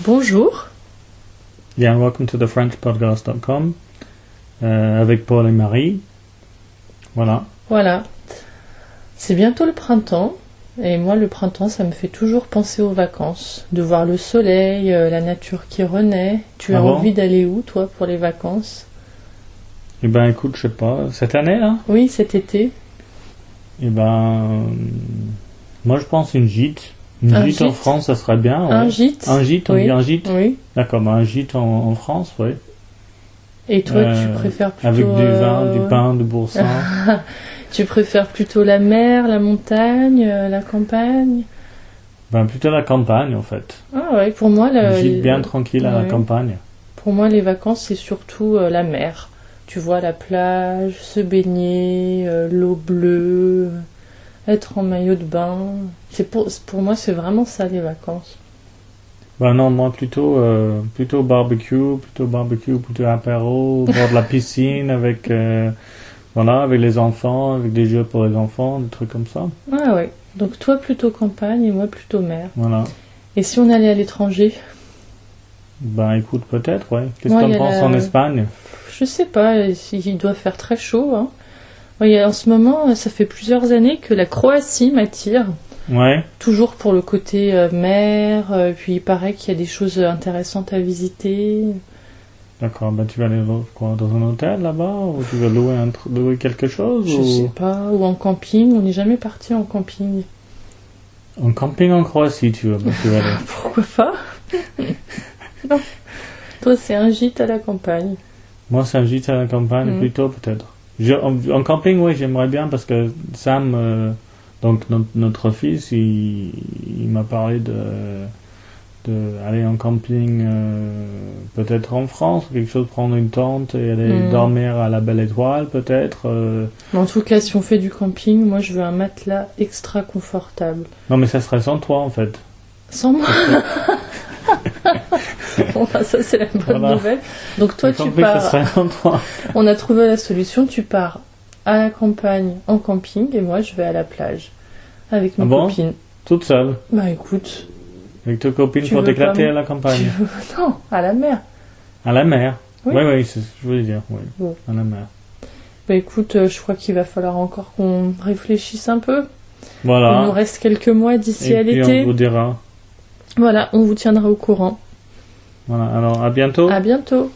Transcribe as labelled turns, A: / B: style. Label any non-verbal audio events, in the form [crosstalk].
A: bonjour.
B: Yeah, and welcome to the FrenchPodcast.com euh, avec Paul et Marie. Voilà.
A: Voilà. C'est bientôt le printemps. Et moi, le printemps, ça me fait toujours penser aux vacances. De voir le soleil, euh, la nature qui renaît. Tu
B: Ah
A: as
B: bon
A: envie d'aller où, toi, pour les vacances
B: Eh ben, écoute, je sais pas, cette année là,
A: Oui, cet été.
B: eh ben, euh, moi je pense une gîte. Une
A: Un
B: gîte, en
A: gîte
B: France, ça serait bien. Ah ouais.
A: Un gîte
B: Un gîte, on
A: Oui.
B: dit un gîte.
A: Oui.
B: D'accord, ben, un gîte en, en France, oui.
A: Et toi,
B: Euh,
A: tu préfères plutôt...
B: Avec du vin,
A: euh,
B: du pain, du boursin.
A: [laughs] Tu préfères plutôt la mer, la montagne, euh, la campagne
B: ben, plutôt la campagne en fait.
A: Ah ouais, pour moi...
B: Une
A: La,
B: gîte bien tranquille à
A: ouais.
B: la campagne.
A: Pour moi, les vacances, c'est surtout euh, la mer. Tu vois, la plage, se baigner, euh, l'eau bleue, euh, être en maillot de bain. C'est pour, c'est- pour moi, c'est vraiment ça, les vacances.
B: Ben non, moi plutôt, euh, plutôt barbecue, plutôt barbecue, plutôt apéro, [laughs] au bord de la piscine avec, euh, voilà, avec les enfants, avec des jeux pour les enfants, des trucs comme ça.
A: Ah ouais. Donc, toi, plutôt campagne et moi, plutôt mer.
B: Voilà.
A: Et si on allait à l'étranger
B: Ben écoute, peut-être, ouais. Qu'est-ce
A: Moi,
B: qu'on
A: il y a
B: pense
A: la-
B: en Espagne
A: Je sais pas, euh, si- il doit faire très chaud. Hein. Ouais, en ce moment, euh, ça fait plusieurs années que la Croatie m'attire.
B: Ouais.
A: Toujours pour le côté euh, mer, euh, puis il paraît qu'il y a des choses euh, intéressantes à visiter.
B: D'accord, ben tu vas aller dans, quoi, dans un hôtel là-bas ou tu vas louer, un tr- louer quelque chose
A: Je
B: ou...
A: sais pas, ou en camping, on n'est jamais parti en camping. [laughs]
B: En camping en Croatie, tu veux, ben, tu vas aller.
A: Pourquoi
B: [laughs]
A: pas Non. Toi, c'est un gîte à la campagne.
B: Moi, c'est un gîte à la campagne,
A: Mhm.
B: plutôt peut-être. Je- en, en camping, oui, j'aimerais bien parce que Sam, euh, donc no- notre fils, il, il m'a parlé de d'aller en camping euh, peut-être en France, quelque chose, prendre une tente et aller
A: Mhm.
B: dormir à la Belle Étoile peut-être. euh.
A: Mais en tout cas, si on fait du camping, moi, je veux un matelas extra confortable.
B: Non, mais ça serait sans toi en fait.
A: Sans
B: [laughs]
A: moi. bon, bah, ça, c'est la bonne
B: Voilà.
A: nouvelle. Donc, toi,
B: Le
A: tu
B: camping,
A: pars.
B: ça serait sans toi.
A: On a trouvé la solution. Tu pars à la campagne en camping et moi, je vais à la plage avec mes
B: Ah bon
A: copines.
B: Toute seule,
A: Bah, écoute.
B: avec tes copines
A: Tu
B: pour
A: veux pas
B: t'éclater
A: me-
B: à la
A: tu
B: campagne.
A: veux- [laughs] Non, à la mer.
B: À la mer.
A: Oui.
B: Oui, oui, c'est ce que je voulais dire, oui.
A: Oui.
B: À la mer.
A: Bah écoute, euh, je crois qu'il va falloir encore qu'on réfléchisse un peu.
B: Voilà.
A: Il nous reste quelques mois d'ici
B: Ah. Et
A: à
B: puis,
A: l'été.
B: on vous dira.
A: Voilà, on vous tiendra au courant.
B: Voilà, alors à bientôt.
A: À bientôt.